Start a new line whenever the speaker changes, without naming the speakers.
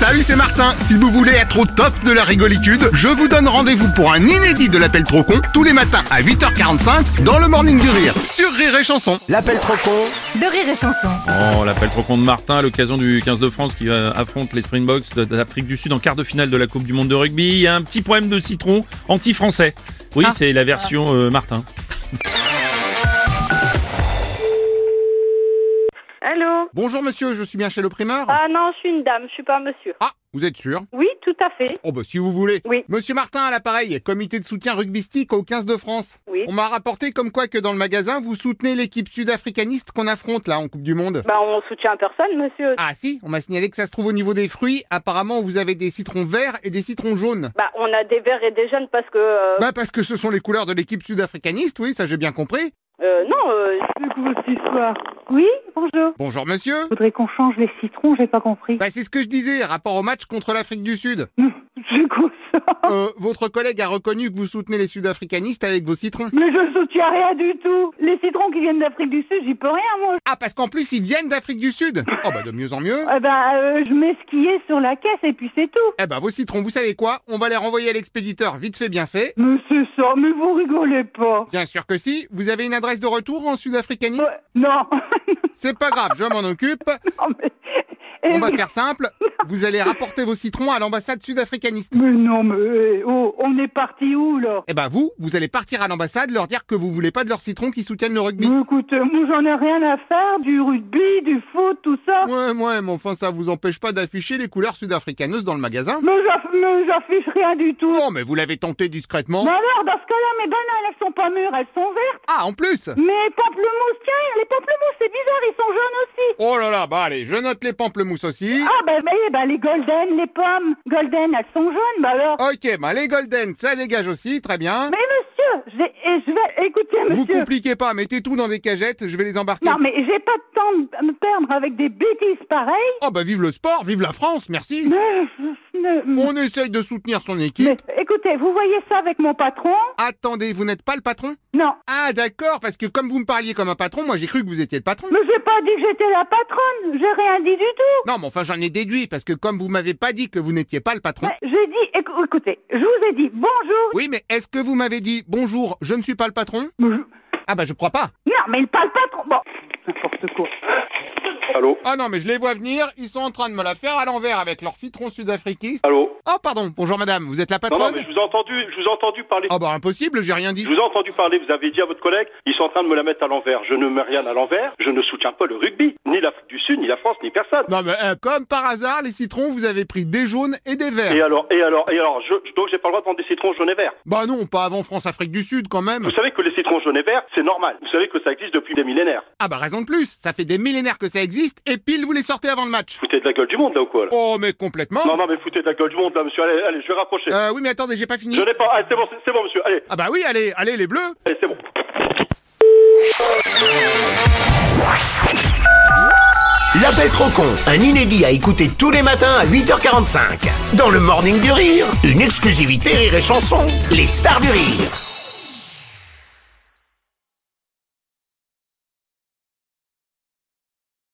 Salut, c'est Martin. Si vous voulez être au top de la rigolitude, je vous donne rendez-vous pour un inédit de l'appel trop con tous les matins à 8h45 dans le Morning du Rire sur Rire et Chanson.
L'appel trop con
de rire et chanson.
Oh, On l'appelle trop con de Martin à l'occasion du 15 de France qui euh, affronte les Springboks de- d'Afrique du Sud en quart de finale de la Coupe du Monde de rugby. Il y a un petit poème de citron anti-français. Oui, c'est la version euh, Martin.
Allô
Bonjour monsieur, je suis bien chez le primeur
Ah non, je suis une dame, je suis pas un monsieur.
Ah, vous êtes sûr
Oui, tout à fait.
Oh bah si vous voulez.
Oui.
Monsieur Martin à l'appareil, comité de soutien rugbystique au 15 de France.
Oui.
On m'a rapporté comme quoi que dans le magasin, vous soutenez l'équipe sud-africaniste qu'on affronte là en Coupe du Monde.
Bah on soutient personne, monsieur.
Ah si, on m'a signalé que ça se trouve au niveau des fruits. Apparemment, vous avez des citrons verts et des citrons jaunes.
Bah on a des verts et des jeunes parce que... euh,
Bah parce que ce sont les couleurs de l'équipe sud-africaniste, oui, ça j'ai bien compris.
euh, non, euh,
Oui, bonjour.
Bonjour monsieur.
Je voudrais qu'on change les citrons, j'ai pas compris.
Bah c'est ce que je disais, rapport au match contre l'Afrique du Sud.
Je consens.
Euh, votre collègue a reconnu que vous soutenez les sud-africanistes avec vos citrons.
Mais je soutiens rien du tout. Les citrons qui viennent d'Afrique du Sud, j'y peux rien, moi.
Ah parce qu'en plus ils viennent d'Afrique du Sud. Oh bah de mieux en mieux.
Eh ben, euh, je mets ce qui est sur la caisse et puis c'est tout.
Eh ben vos citrons, vous savez quoi On va les renvoyer à l'expéditeur, vite fait bien fait.
Mais c'est ça, mais vous rigolez pas.
Bien sûr que si, vous avez une adresse de retour en sud-africanisme
Ouais, non.
C'est pas grave, je m'en occupe.
non mais... eh
On va
oui.
faire simple, vous allez rapporter vos citrons à l'ambassade sud-africaniste.
Mais non, mais eh, oh, on est parti où, là
Eh ben vous, vous allez partir à l'ambassade, leur dire que vous voulez pas de leurs citrons qui soutiennent le rugby.
Mais écoute, euh, moi j'en ai rien à faire du rugby, du foot, tout ça.
Ouais, ouais, mais enfin ça vous empêche pas d'afficher les couleurs sud-africaneuses dans le magasin.
Mais j'aff- mais j'affiche rien du tout.
Non, mais vous l'avez tenté discrètement.
Mais alors, dans ce cas-là, mes bananes, elles sont pas mûres, elles sont vertes.
Ah, en plus
Mais pamplemousse, tiens, les pamplemousses, c'est bizarre, ils sont jaunes aussi.
Oh là là, bah allez, je note les pamplemousses aussi.
Ah, bah, mais, bah, les golden, les pommes, golden, elles sont jaunes, bah alors.
Ok, bah les golden, ça dégage aussi, très bien.
Mais monsieur, j'ai- eh, je vais, écoutez,
Vous
monsieur.
compliquez pas, mettez tout dans des cagettes, je vais les embarquer.
Non, mais j'ai pas de temps de me perdre avec des bêtises pareilles.
Oh bah vive le sport, vive la France, merci
Mais, je- ne-
On essaye de soutenir son équipe.
mais, écoutez, vous voyez ça avec mon patron
Attendez, vous n'êtes pas le patron
Non.
Ah d'accord, parce que comme vous me parliez comme un patron, moi j'ai cru que vous étiez le patron.
Mais j'ai pas dit que j'étais la patronne, j'ai rien dit du tout.
Non mais enfin j'en ai déduit, parce que comme vous m'avez pas dit que vous n'étiez pas le patron...
Mais J'ai dit, écou- écoutez, je vous ai dit bonjour.
Oui mais est-ce que vous m'avez dit bonjour, je ne suis pas le patron
Mais je-
Ah bah je crois pas.
Non, mais il parle pas trop. Bon, n'importe quoi.
Ah non mais je les vois venir, ils sont en train de me la faire à l'envers avec leur citron sud-afriquiste.
Allô
Oh pardon, bonjour madame, vous êtes la
Non,
patronne
non, mais je vous ai entendu, je vous ai entendu parler.
Ah bah impossible, j'ai rien dit.
Je vous ai entendu parler, vous avez dit à votre collègue, ils sont en train de me la mettre à l'envers. Je ne mets rien à l'envers, je ne soutiens pas le rugby, ni l'Afrique du Sud, ni la France, ni personne.
Non mais euh, comme par hasard, les citrons, vous avez pris des jaunes et des verts.
Et euh, alors, et alors, et alors, je, je- donc j'ai pas le droit de prendre des citrons jaunes et verts.
Bah non, pas avant France-Afrique du Sud quand même.
Vous savez que les citrons jaunes et verts, c'est normal. Vous savez que ça existe depuis des millénaires.
Ah bah raison de plus, ça fait des millénaires que ça existe et pile vous les sortez avant le match.
Foutez de la gueule du monde, là, ou quoi, là
Oh mais complètement.
Non, non, mais foutez de la gueule du monde, là, monsieur. Allez, allez, je vais rapprocher.
Euh oui mais attendez, j'ai pas fini.
Je n'ai pas. Ah, c'est bon, c'est- c'est bon, monsieur. Allez,
Ah bah oui, allez, allez les bleus.
allez, c'est bon.
L'appel trop con, un inédit à écouter tous les matins à 8h45. Dans le Morning du Rire, une exclusivité Rire et Chanson, les stars du rire.